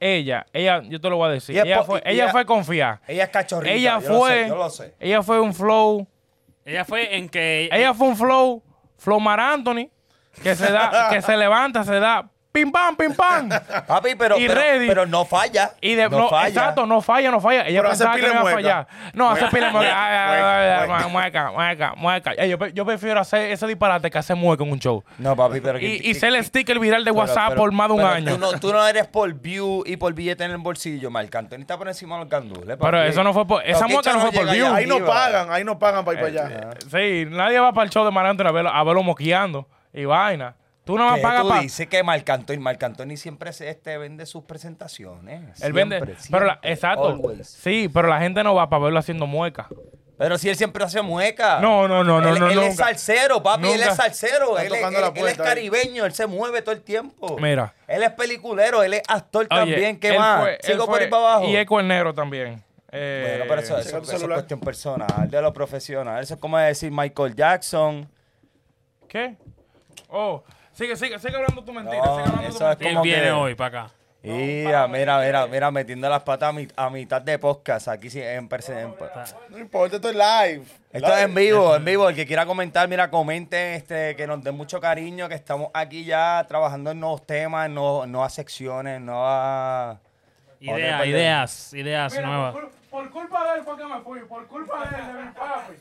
[SPEAKER 4] ella, ella, yo te lo voy a decir.
[SPEAKER 2] Y es
[SPEAKER 4] Ella
[SPEAKER 2] po-
[SPEAKER 4] fue,
[SPEAKER 2] y- y
[SPEAKER 4] ella
[SPEAKER 2] ella-
[SPEAKER 4] fue confiada.
[SPEAKER 2] Ella es cachorrita.
[SPEAKER 4] Ella
[SPEAKER 2] yo lo sé,
[SPEAKER 4] fue,
[SPEAKER 2] yo lo sé.
[SPEAKER 4] ella fue un flow,
[SPEAKER 3] Ella fue en que.
[SPEAKER 4] ella fue un flow, flow Mar Anthony, que se da,
[SPEAKER 2] [laughs]
[SPEAKER 4] que se levanta, se da, pim pam, pim pam.
[SPEAKER 2] Papi, pero,
[SPEAKER 4] Y
[SPEAKER 2] pero,
[SPEAKER 4] ready.
[SPEAKER 2] pero no falla.
[SPEAKER 4] Y de, no,
[SPEAKER 2] falla.
[SPEAKER 4] exacto, no falla, no falla. Ella
[SPEAKER 1] Pero
[SPEAKER 4] pensaba
[SPEAKER 1] hace
[SPEAKER 4] que no iba a
[SPEAKER 1] pila de
[SPEAKER 4] fallar.
[SPEAKER 1] mueca.
[SPEAKER 4] No, hace pila de mueca. Ay, ay, ay, ay,
[SPEAKER 2] mueca.
[SPEAKER 4] ay, Mueca, mueca, mueca. Ey, Yo, pre- yo prefiero hacer ese disparate que hacer mueca en un show.
[SPEAKER 2] No, papi, pero... que-
[SPEAKER 4] Y, y
[SPEAKER 2] que-
[SPEAKER 4] ser el sticker viral de
[SPEAKER 2] pero-
[SPEAKER 4] WhatsApp
[SPEAKER 2] pero-
[SPEAKER 4] por más de un
[SPEAKER 2] pero
[SPEAKER 4] año.
[SPEAKER 2] Tú no, tú no eres por view y por billete en el bolsillo, Marc Anthony está por encima de los gandules, papi.
[SPEAKER 4] Pero eso no fue por- esa
[SPEAKER 2] Toquicha
[SPEAKER 4] mueca no fue por
[SPEAKER 2] llega
[SPEAKER 4] view.
[SPEAKER 2] allá
[SPEAKER 1] Ahí no
[SPEAKER 2] arriba.
[SPEAKER 1] pagan, ahí no pagan
[SPEAKER 4] Eh,
[SPEAKER 1] para ir para allá.
[SPEAKER 4] Sí, nadie va para el show de Marantón a verlo, a verlo moqueando y vaina. Tú no vas a
[SPEAKER 2] Que
[SPEAKER 4] pagar
[SPEAKER 2] tú
[SPEAKER 4] para.
[SPEAKER 2] dices que Marc Anthony, Marc Anthony siempre se- este, vende sus presentaciones.
[SPEAKER 4] Él vende.
[SPEAKER 2] Siempre,
[SPEAKER 4] pero la-
[SPEAKER 2] siempre,
[SPEAKER 4] exacto.
[SPEAKER 2] always.
[SPEAKER 4] Sí, pero la gente no va para verlo haciendo mueca.
[SPEAKER 2] Pero si él siempre hace mueca.
[SPEAKER 4] No, no, no, no,
[SPEAKER 2] Él,
[SPEAKER 4] no,
[SPEAKER 2] él es
[SPEAKER 4] nunca.
[SPEAKER 2] salsero, papi. Él
[SPEAKER 4] Nunca.
[SPEAKER 2] es salsero.
[SPEAKER 1] Está
[SPEAKER 2] Él, es-
[SPEAKER 1] tocando
[SPEAKER 2] él-
[SPEAKER 1] la
[SPEAKER 2] él es
[SPEAKER 1] puerta ahí.
[SPEAKER 2] caribeño. Él se mueve todo el tiempo.
[SPEAKER 4] Mira.
[SPEAKER 2] Él es peliculero. Él es actor también. ¿Qué
[SPEAKER 4] él
[SPEAKER 2] más?
[SPEAKER 4] fue- él
[SPEAKER 2] Sigo por
[SPEAKER 4] fue-
[SPEAKER 2] ahí para abajo.
[SPEAKER 4] Y es cuernero también. Eh,
[SPEAKER 2] Bueno, pero eso, eso-
[SPEAKER 1] tu
[SPEAKER 2] eso es
[SPEAKER 1] celular.
[SPEAKER 2] cuestión personal, de lo profesional. Eso es como decir Michael Jackson.
[SPEAKER 4] ¿Qué? Oh, sigue, sigue, sigue hablando tu mentira.
[SPEAKER 2] No,
[SPEAKER 4] sigue hablando tu
[SPEAKER 2] eso es
[SPEAKER 4] mentira.
[SPEAKER 3] Él
[SPEAKER 2] como
[SPEAKER 3] viene
[SPEAKER 2] que-
[SPEAKER 3] hoy para acá.
[SPEAKER 2] Y ah, mira, mira, mira, metiendo las patas a, mi- a mitad de podcast. Aquí sí, en, perse- en-
[SPEAKER 1] No importa, esto es live.
[SPEAKER 2] Esto es en vivo, en vivo. El que quiera comentar, mira, comenten, este, que nos den mucho cariño, que estamos aquí ya trabajando en nuevos temas, en nuevos- nuevas secciones, nuevas...
[SPEAKER 3] Idea,
[SPEAKER 2] Joder,
[SPEAKER 3] ideas, ideas
[SPEAKER 4] Mira,
[SPEAKER 3] nuevas.
[SPEAKER 4] por, por culpa de él fue que me fui. Por culpa de él, de mi papi.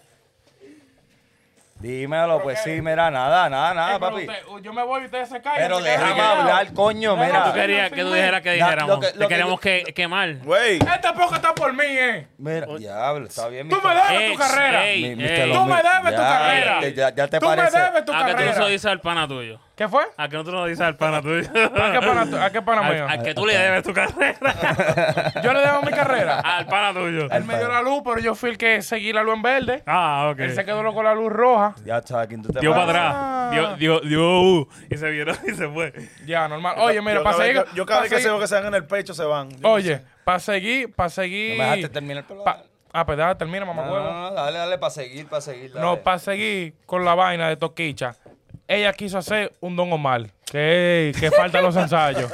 [SPEAKER 2] Dímelo, pues sí, mira, nada, nada,
[SPEAKER 4] Eh,
[SPEAKER 2] nada,
[SPEAKER 4] pero
[SPEAKER 2] Ah, papi.
[SPEAKER 4] usted- yo me voy y ustedes se callan.
[SPEAKER 2] Pero
[SPEAKER 4] se quedan
[SPEAKER 2] déjame
[SPEAKER 4] callados.
[SPEAKER 2] hablar, coño,
[SPEAKER 4] Déjame
[SPEAKER 2] mira.
[SPEAKER 3] ¿Tú
[SPEAKER 4] hablar
[SPEAKER 3] querías
[SPEAKER 4] sin
[SPEAKER 3] que tú
[SPEAKER 4] mí.
[SPEAKER 3] dijeras que
[SPEAKER 2] Da- lo
[SPEAKER 3] dijéramos?
[SPEAKER 2] que- lo
[SPEAKER 3] Te
[SPEAKER 2] que-
[SPEAKER 3] queremos que, quemar.
[SPEAKER 1] Güey,
[SPEAKER 4] Este poco está por mí, eh.
[SPEAKER 2] Mira, diablo, está bien.
[SPEAKER 4] Tú
[SPEAKER 2] Mr.
[SPEAKER 4] me debes
[SPEAKER 3] Ey,
[SPEAKER 4] tu carrera.
[SPEAKER 3] ey,
[SPEAKER 2] Mi-
[SPEAKER 3] ey.
[SPEAKER 2] Mr.
[SPEAKER 4] Tú me
[SPEAKER 2] Lomé.
[SPEAKER 4] debes tu
[SPEAKER 2] Ya,
[SPEAKER 4] carrera.
[SPEAKER 2] te- Ya, ya te
[SPEAKER 4] Tú
[SPEAKER 2] parece.
[SPEAKER 4] me debes tu
[SPEAKER 3] A que tú no se lo
[SPEAKER 4] carrera.
[SPEAKER 3] dices al pana tuyo.
[SPEAKER 4] ¿Qué fue?
[SPEAKER 3] A que no tú no lo dices al pana [laughs] tuyo.
[SPEAKER 4] ¿A qué pana, tu- a qué pana mío?
[SPEAKER 3] Al, al que tú le debes tu [laughs] carrera.
[SPEAKER 4] Yo le debo mi
[SPEAKER 3] [laughs]
[SPEAKER 4] carrera.
[SPEAKER 3] al pana tuyo.
[SPEAKER 4] Él me dio la luz, pero yo fui el que seguí la luz en verde.
[SPEAKER 3] Ah, ok.
[SPEAKER 4] Él se quedó con la luz roja.
[SPEAKER 2] Ya está, ¿quién tú te
[SPEAKER 3] Dio para
[SPEAKER 2] pareces?
[SPEAKER 3] atrás. Dio, dio, dio, uh, y se vieron y se fue.
[SPEAKER 4] Ya, normal. Oye, mira,
[SPEAKER 1] yo
[SPEAKER 4] para
[SPEAKER 1] cada vez
[SPEAKER 4] seguir.
[SPEAKER 1] que- Yo cada
[SPEAKER 4] pa'
[SPEAKER 1] vez que se
[SPEAKER 4] seguir-
[SPEAKER 1] veo que se dan en el pecho, se van. Yo-
[SPEAKER 4] Oye, para seguir, para seguir.
[SPEAKER 2] No me dejaste terminar, pero
[SPEAKER 4] pa-
[SPEAKER 2] dale.
[SPEAKER 4] Ah, pues dale, termina, mamá
[SPEAKER 2] No,
[SPEAKER 4] huevo.
[SPEAKER 2] no, no, dale, dale, para seguir, para seguir. dale.
[SPEAKER 4] No, para seguir con la vaina de Toquicha. Ella quiso hacer un Don Omar. Que, que faltan los ensayos.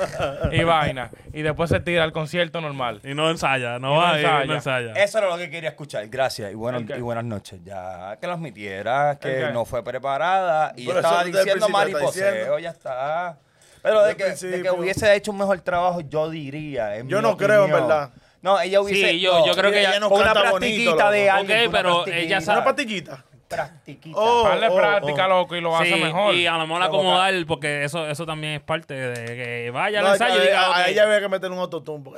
[SPEAKER 4] Y vaina. Y después se tira al concierto normal.
[SPEAKER 3] Y no ensaya, no
[SPEAKER 4] Y no
[SPEAKER 3] va y
[SPEAKER 4] ensaya.
[SPEAKER 3] no ensaya.
[SPEAKER 2] Eso era lo que quería escuchar. Gracias y, bueno,
[SPEAKER 4] Ok.
[SPEAKER 2] y buenas noches. Ya que lo admitieras, que
[SPEAKER 4] Ok.
[SPEAKER 2] no fue preparada y
[SPEAKER 1] Pero
[SPEAKER 2] estaba
[SPEAKER 1] eso desde el
[SPEAKER 2] diciendo
[SPEAKER 1] principio lo está
[SPEAKER 2] mariposeo,
[SPEAKER 1] diciendo.
[SPEAKER 2] ya está. Pero de
[SPEAKER 1] Desde
[SPEAKER 2] que,
[SPEAKER 1] el
[SPEAKER 2] de que
[SPEAKER 1] principio.
[SPEAKER 2] hubiese hecho un mejor trabajo, yo diría. en
[SPEAKER 1] Yo
[SPEAKER 2] mi
[SPEAKER 1] no creo, en
[SPEAKER 2] opinión.
[SPEAKER 1] verdad.
[SPEAKER 2] No, ella hubiese.
[SPEAKER 3] Sí, yo- yo creo que ella-
[SPEAKER 1] nos
[SPEAKER 2] con una
[SPEAKER 1] canta bonito,
[SPEAKER 2] practiquita
[SPEAKER 1] loco.
[SPEAKER 2] de
[SPEAKER 1] Ok,
[SPEAKER 2] alguien. con una
[SPEAKER 3] pero ella
[SPEAKER 2] practiquita.
[SPEAKER 3] sabe-
[SPEAKER 1] Una pastillita.
[SPEAKER 2] Practiquita.
[SPEAKER 1] Oh,
[SPEAKER 4] Dale
[SPEAKER 1] oh,
[SPEAKER 4] práctica,
[SPEAKER 1] oh.
[SPEAKER 4] loco, y lo hace
[SPEAKER 3] Sí,
[SPEAKER 4] mejor.
[SPEAKER 3] Y a lo mejor
[SPEAKER 2] La boca.
[SPEAKER 3] acomodar, porque eso, eso también es parte de que vaya al
[SPEAKER 1] No,
[SPEAKER 3] ensayo y
[SPEAKER 1] a-
[SPEAKER 3] diga,
[SPEAKER 1] a,
[SPEAKER 3] ok,
[SPEAKER 1] a ella había que meter un eh, autotumbo.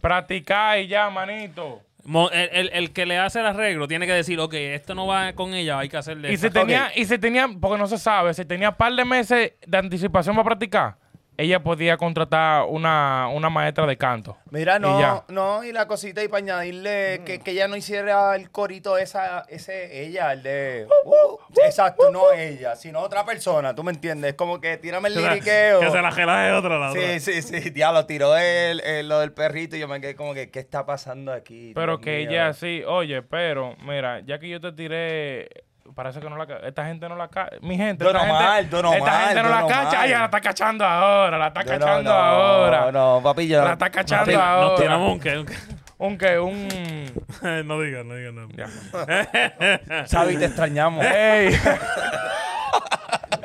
[SPEAKER 4] Practica y ya, manito.
[SPEAKER 3] mo- el, el- el que le hace el arreglo tiene que decir, ok, esto no va con ella, hay que hacerle.
[SPEAKER 4] Y
[SPEAKER 3] esta-
[SPEAKER 4] si tenía, y si tenía, porque no se sabe, si tenía par de meses de anticipación para practicar, ella podía contratar una, una maestra de canto.
[SPEAKER 2] Mira,
[SPEAKER 4] Y ya. Mm.
[SPEAKER 2] no, no, y la cosita, y para añadirle que, que ella no hiciera el corito esa, ese, ella, el de.
[SPEAKER 4] Uh,
[SPEAKER 2] uh, exacto, no ella, sino otra persona, ¿tú me entiendes? Como que tírame el
[SPEAKER 3] que se la-
[SPEAKER 2] liriqueo.
[SPEAKER 3] Que se la gela de otra la
[SPEAKER 2] Sí,
[SPEAKER 3] otra.
[SPEAKER 2] sí, sí, diablo, tiró el, el- lo del perrito y yo me quedé como que, ¿qué está pasando aquí?
[SPEAKER 4] Pero
[SPEAKER 2] Dios
[SPEAKER 4] que
[SPEAKER 2] mío?
[SPEAKER 4] ella sí, oye, pero mira, ya que yo te tiré, parece que no la ca- esta gente no la cacha, mi gente,
[SPEAKER 2] Don
[SPEAKER 4] esta,
[SPEAKER 2] Omar,
[SPEAKER 4] gente,
[SPEAKER 2] Don Omar,
[SPEAKER 4] esta gente no
[SPEAKER 2] Don
[SPEAKER 4] la
[SPEAKER 2] Omar.
[SPEAKER 4] cacha, ay, ya la está cachando ahora, la está
[SPEAKER 2] Yo no,
[SPEAKER 4] cachando
[SPEAKER 2] no,
[SPEAKER 4] ahora.
[SPEAKER 2] No, papi, yo.
[SPEAKER 4] La está
[SPEAKER 3] Nos
[SPEAKER 4] cachando
[SPEAKER 3] tir-
[SPEAKER 4] ahora.
[SPEAKER 3] Nos tiramos un que. un que-
[SPEAKER 4] Un que un
[SPEAKER 3] [laughs] No digan, no digan
[SPEAKER 2] [laughs]
[SPEAKER 3] nada.
[SPEAKER 2] Xavi, te extrañamos.
[SPEAKER 4] Ey. [laughs]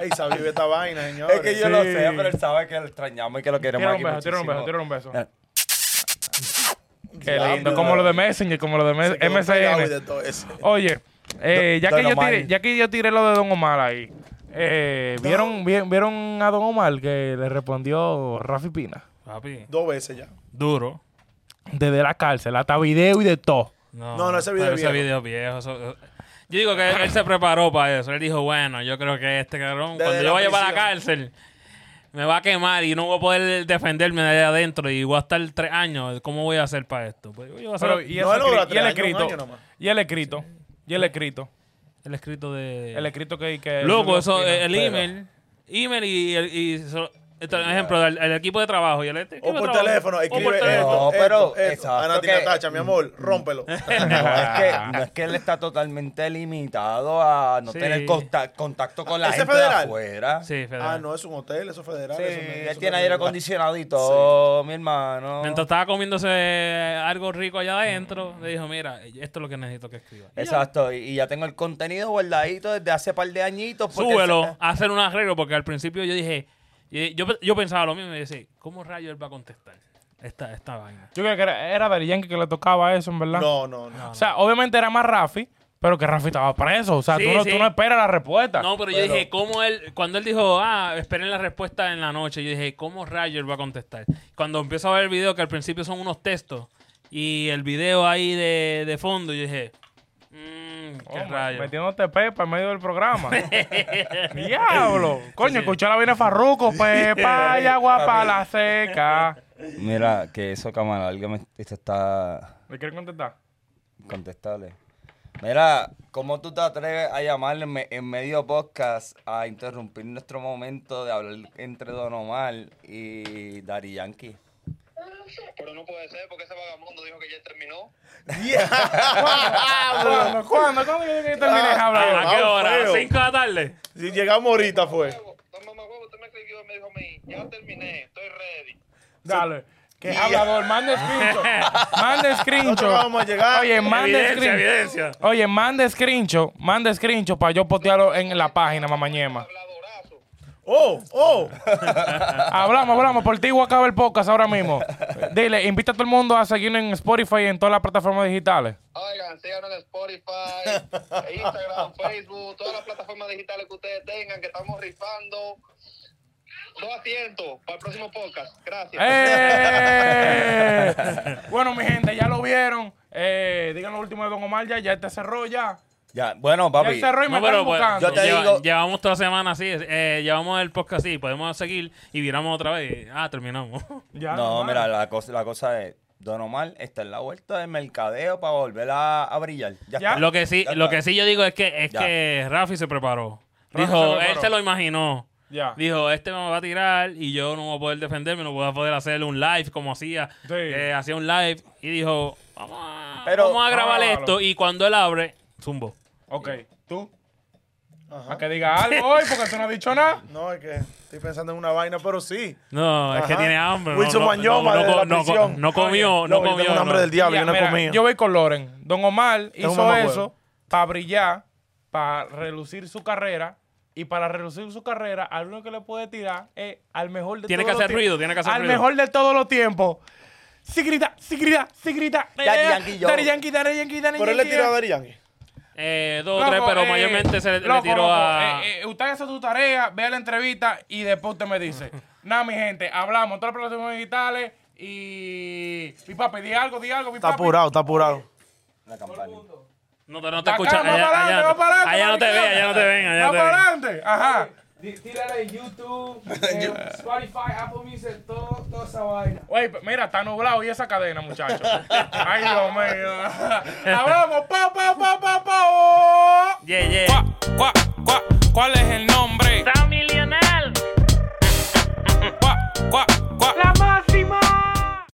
[SPEAKER 1] Ey, sabía de esta vaina, señores.
[SPEAKER 2] [laughs] es que yo lo sé, pero él sabe que lo extrañamos y que lo queremos
[SPEAKER 4] Tírale
[SPEAKER 2] aquí
[SPEAKER 4] un beso, tírale un beso,
[SPEAKER 2] muchísimo.
[SPEAKER 4] tírale un beso.
[SPEAKER 2] Mira.
[SPEAKER 4] Qué lindo, como lo de Messenger, como lo de Mes-
[SPEAKER 1] Quedó pegado y
[SPEAKER 4] MSN.
[SPEAKER 1] de todo eso.
[SPEAKER 4] Oye, eh, ya,
[SPEAKER 2] Don
[SPEAKER 4] que yo
[SPEAKER 2] Omar.
[SPEAKER 4] tiré, ya que yo tiré lo de Don Omar ahí, eh, ¿vieron, vi- ¿vieron a Don Omar que le respondió Rafi Pina?
[SPEAKER 3] Papi,
[SPEAKER 1] Dos veces ya.
[SPEAKER 3] duro.
[SPEAKER 4] Desde la cárcel, hasta video y de todo.
[SPEAKER 3] No,
[SPEAKER 1] No, no, ese video
[SPEAKER 3] pero
[SPEAKER 1] viejo.
[SPEAKER 3] viejo, eso- eh, yo digo que él se preparó para eso. Él dijo, bueno, yo creo que este cabrón,
[SPEAKER 1] Desde
[SPEAKER 3] cuando yo
[SPEAKER 1] la
[SPEAKER 3] vaya para la
[SPEAKER 1] prisión.
[SPEAKER 3] cárcel, me va a quemar y no voy a poder defenderme de allá adentro y voy a estar tres años. ¿Cómo voy a hacer para esto? Pues yo voy a hacer
[SPEAKER 4] Pero, y,
[SPEAKER 1] No,
[SPEAKER 4] eso
[SPEAKER 1] él no dura
[SPEAKER 4] escri- y
[SPEAKER 1] tres
[SPEAKER 4] el
[SPEAKER 1] años, un
[SPEAKER 4] escrito,
[SPEAKER 1] año nomás.
[SPEAKER 4] y el escrito, y el escrito,
[SPEAKER 3] el escrito de...
[SPEAKER 4] el escrito que... que
[SPEAKER 3] Loco, eso, eh,
[SPEAKER 4] Pina.
[SPEAKER 3] el email. Email y... el- y so- esto, por ejemplo, el, el equipo de trabajo y el este equipo
[SPEAKER 1] O
[SPEAKER 3] de
[SPEAKER 1] por
[SPEAKER 3] trabajo.
[SPEAKER 1] teléfono, escribe
[SPEAKER 3] o por teléfono.
[SPEAKER 1] esto,
[SPEAKER 2] No, pero,
[SPEAKER 1] esto, esto.
[SPEAKER 2] exacto, Mm.
[SPEAKER 1] Ana Tina
[SPEAKER 2] que-
[SPEAKER 1] Tacha, mi amor, rómpelo.
[SPEAKER 2] [laughs] No es, que, no es que él está totalmente limitado a no
[SPEAKER 3] Sí.
[SPEAKER 2] tener conta- contacto con la
[SPEAKER 1] ¿Ese
[SPEAKER 2] gente
[SPEAKER 1] federal?
[SPEAKER 2] de afuera. Sí,
[SPEAKER 3] Sí, Federer.
[SPEAKER 1] ah, no, es un hotel, eso es federal. eso no- eso
[SPEAKER 2] él
[SPEAKER 1] no
[SPEAKER 2] tiene
[SPEAKER 1] es
[SPEAKER 2] aire
[SPEAKER 1] verdad.
[SPEAKER 2] acondicionado y todo, mi hermano.
[SPEAKER 3] Mientras estaba comiéndose algo rico allá adentro,
[SPEAKER 1] Mm.
[SPEAKER 3] le dijo, mira, esto es lo que necesito que escriba. Y ya.
[SPEAKER 2] Exacto, y, y ya tengo el contenido guardadito desde hace par de añitos. porque
[SPEAKER 3] Súbelo,
[SPEAKER 2] él se-
[SPEAKER 3] a hacer un arreglo, porque al principio yo dije, y- yo, yo pensaba lo mismo, y decía, ¿cómo rayo él va a contestar esta, esta vaina?
[SPEAKER 4] Yo creo que era, era Daddy Yankee que le tocaba eso, en verdad.
[SPEAKER 1] No, no, no. [laughs]
[SPEAKER 4] O sea, obviamente era más Rafi, pero que Rafi estaba preso. O sea,
[SPEAKER 3] Sí,
[SPEAKER 4] tú, no,
[SPEAKER 3] sí.
[SPEAKER 4] tú no esperas la respuesta.
[SPEAKER 3] No, pero, yo dije, ¿cómo él? Cuando él dijo, ah, esperen la respuesta en la noche, yo dije, ¿cómo rayo él va a contestar? Cuando empiezo a ver el video, que al principio son unos textos, y el video ahí de, de fondo, yo dije, mmm,
[SPEAKER 4] Oh,
[SPEAKER 3] qué
[SPEAKER 4] me-
[SPEAKER 3] rayo.
[SPEAKER 4] Metiéndote pepa en medio del
[SPEAKER 3] [laughs]
[SPEAKER 4] programa. Diablo. Coño, escuchá la vaina de
[SPEAKER 3] [laughs]
[SPEAKER 4] Farruco. Pepa y agua para la seca.
[SPEAKER 2] Mira, que eso, cámara, alguien me esto este está
[SPEAKER 3] [laughs]
[SPEAKER 4] ¿Le quieren contestar?
[SPEAKER 2] contestable. Mira, ¿cómo tú te atreves a llamarle en, me- en medio podcast a interrumpir nuestro momento de hablar entre Don Omar y Dari Yankee?
[SPEAKER 8] Pero no puede ser porque ese vagabundo dijo que ya terminó.
[SPEAKER 4] ¿Cuándo? ¿Cuándo? ¿Cuándo yo que terminé de hablar?
[SPEAKER 1] Ah,
[SPEAKER 3] ¿A qué
[SPEAKER 1] vamos,
[SPEAKER 3] hora? ¿A
[SPEAKER 1] feo.
[SPEAKER 3] las 5 de la tarde?
[SPEAKER 1] Si llegamos ahorita fue.
[SPEAKER 8] No mamá huevo, usted me escribió y me dijo a mí, ya terminé, estoy ready.
[SPEAKER 4] Dale. Que hablador, mande screenshot. Mande
[SPEAKER 1] Nosotros
[SPEAKER 4] screenshot.
[SPEAKER 1] vamos a llegar.
[SPEAKER 4] Oye, mande
[SPEAKER 3] Evidencia,
[SPEAKER 4] screenshot.
[SPEAKER 3] evidencia.
[SPEAKER 4] Oye, mande screenshot. Mande screenshot para yo postearlo en la página, mamañema.
[SPEAKER 1] Oh, oh.
[SPEAKER 4] Hablamos, hablamos. Por ti voy a acabar el podcast ahora mismo. Dile, invita a todo el mundo a seguirnos en Spotify y en todas las plataformas digitales.
[SPEAKER 8] Oigan, síganos en Spotify, Instagram, Facebook, todas las plataformas digitales que ustedes tengan, que estamos rifando. Dos asientos para el próximo podcast. Gracias.
[SPEAKER 4] ¡Eh! bueno, mi gente, ya lo vieron. Eh, digan lo último de Don Omar ya. Ya te cerró ya.
[SPEAKER 2] Ya, bueno,
[SPEAKER 4] Ya
[SPEAKER 2] papi.
[SPEAKER 4] él cerró y me
[SPEAKER 3] No, pero
[SPEAKER 4] están
[SPEAKER 3] pues,
[SPEAKER 4] buscando.
[SPEAKER 2] yo te
[SPEAKER 3] lleva-
[SPEAKER 2] digo-
[SPEAKER 3] llevamos toda la semana así, eh, llevamos el podcast así, podemos seguir y viramos otra vez. Ah, terminamos.
[SPEAKER 4] Ya,
[SPEAKER 2] no,
[SPEAKER 4] Omar.
[SPEAKER 2] mira, la cosa, la cosa es, Don Omar está en la vuelta del mercadeo para volver a, a brillar. Ya,
[SPEAKER 4] Ya.
[SPEAKER 2] está.
[SPEAKER 3] Lo que sí,
[SPEAKER 2] Ah, Ya
[SPEAKER 3] lo
[SPEAKER 2] está.
[SPEAKER 3] que sí yo digo es que es
[SPEAKER 2] Ya.
[SPEAKER 3] que Rafi se preparó.
[SPEAKER 4] Rafi
[SPEAKER 3] Dijo,
[SPEAKER 4] se preparó.
[SPEAKER 3] él se lo imaginó.
[SPEAKER 4] Ya.
[SPEAKER 3] Dijo, este me va a tirar y yo no voy a poder defenderme, no voy a poder hacer un live como hacía.
[SPEAKER 4] Sí.
[SPEAKER 3] Eh, hacía un live y dijo, vamos a,
[SPEAKER 2] Pero-
[SPEAKER 3] vamos a grabar
[SPEAKER 4] Claro.
[SPEAKER 3] esto y cuando él abre, zumbo.
[SPEAKER 4] Ok, ¿tú? A que diga algo hoy porque tú no has dicho nada.
[SPEAKER 1] No, es que estoy pensando en una vaina, pero sí.
[SPEAKER 3] No, es que
[SPEAKER 1] Ajá.
[SPEAKER 3] tiene hambre. no,
[SPEAKER 1] Wilson
[SPEAKER 3] no,
[SPEAKER 1] Wanyoma
[SPEAKER 3] no,
[SPEAKER 1] desde
[SPEAKER 3] no,
[SPEAKER 1] la
[SPEAKER 3] no, no,
[SPEAKER 1] prisión.
[SPEAKER 3] no comió, no
[SPEAKER 1] Loco, yo
[SPEAKER 3] comió.
[SPEAKER 1] tengo un hambre
[SPEAKER 3] no.
[SPEAKER 1] del [laughs] diablo,
[SPEAKER 4] Ya,
[SPEAKER 1] yo no he
[SPEAKER 4] mira,
[SPEAKER 1] comido.
[SPEAKER 4] yo voy con Loren. Don Omar
[SPEAKER 1] un
[SPEAKER 4] hizo
[SPEAKER 1] mamahuevo.
[SPEAKER 4] eso para brillar, para relucir su carrera. Y para relucir su carrera, al único que le puede tirar es al mejor de
[SPEAKER 3] Tiene que
[SPEAKER 4] todos los
[SPEAKER 3] hacer
[SPEAKER 4] tiempos.
[SPEAKER 3] ruido, tiene que hacer
[SPEAKER 4] Al
[SPEAKER 3] ruido.
[SPEAKER 4] mejor de todos los tiempos. Si grita, si grita, si grita.
[SPEAKER 2] Daddy
[SPEAKER 4] Eh,
[SPEAKER 2] Yankee, yo.
[SPEAKER 4] Daddy Yankee, Daddy Yankee, Daddy
[SPEAKER 1] Pero él le
[SPEAKER 4] Yankee,
[SPEAKER 1] tiró a
[SPEAKER 4] eh.
[SPEAKER 1] Dari Yankee.
[SPEAKER 3] Eh, dos o
[SPEAKER 4] Loco,
[SPEAKER 3] tres, pero
[SPEAKER 4] eh,
[SPEAKER 3] mayormente se le, le
[SPEAKER 4] loco,
[SPEAKER 3] tiró
[SPEAKER 4] loco,
[SPEAKER 3] a...
[SPEAKER 4] eh, eh, usted hace su tarea, vea la entrevista y después usted
[SPEAKER 3] [laughs]
[SPEAKER 4] me dice. Nada, mi gente, hablamos. Todas las plataformas digitales y. Mi papi, di algo, di algo, mi
[SPEAKER 1] Está
[SPEAKER 4] papi.
[SPEAKER 1] apurado, está apurado.
[SPEAKER 2] La campana.
[SPEAKER 3] No, te- no te
[SPEAKER 4] Acá,
[SPEAKER 3] escucha.
[SPEAKER 4] va
[SPEAKER 3] Allá,
[SPEAKER 4] para adelante,
[SPEAKER 3] allá,
[SPEAKER 4] va para adelante,
[SPEAKER 3] allá no te ve,
[SPEAKER 4] mariquita.
[SPEAKER 3] allá no te ven, allá
[SPEAKER 4] Va
[SPEAKER 3] no te ven.
[SPEAKER 4] para adelante. Ajá.
[SPEAKER 9] Tírala en YouTube, en Spotify, Apple Music, todo, toda esa vaina.
[SPEAKER 4] Güey, p- mira, está nublado y esa cadena, muchachos. [laughs] Ay, Dios [laughs] mío. Hablamos. Pa, pa, pa, pa, pa. oh.
[SPEAKER 3] Yeah, yeah.
[SPEAKER 5] Cuac, cuac,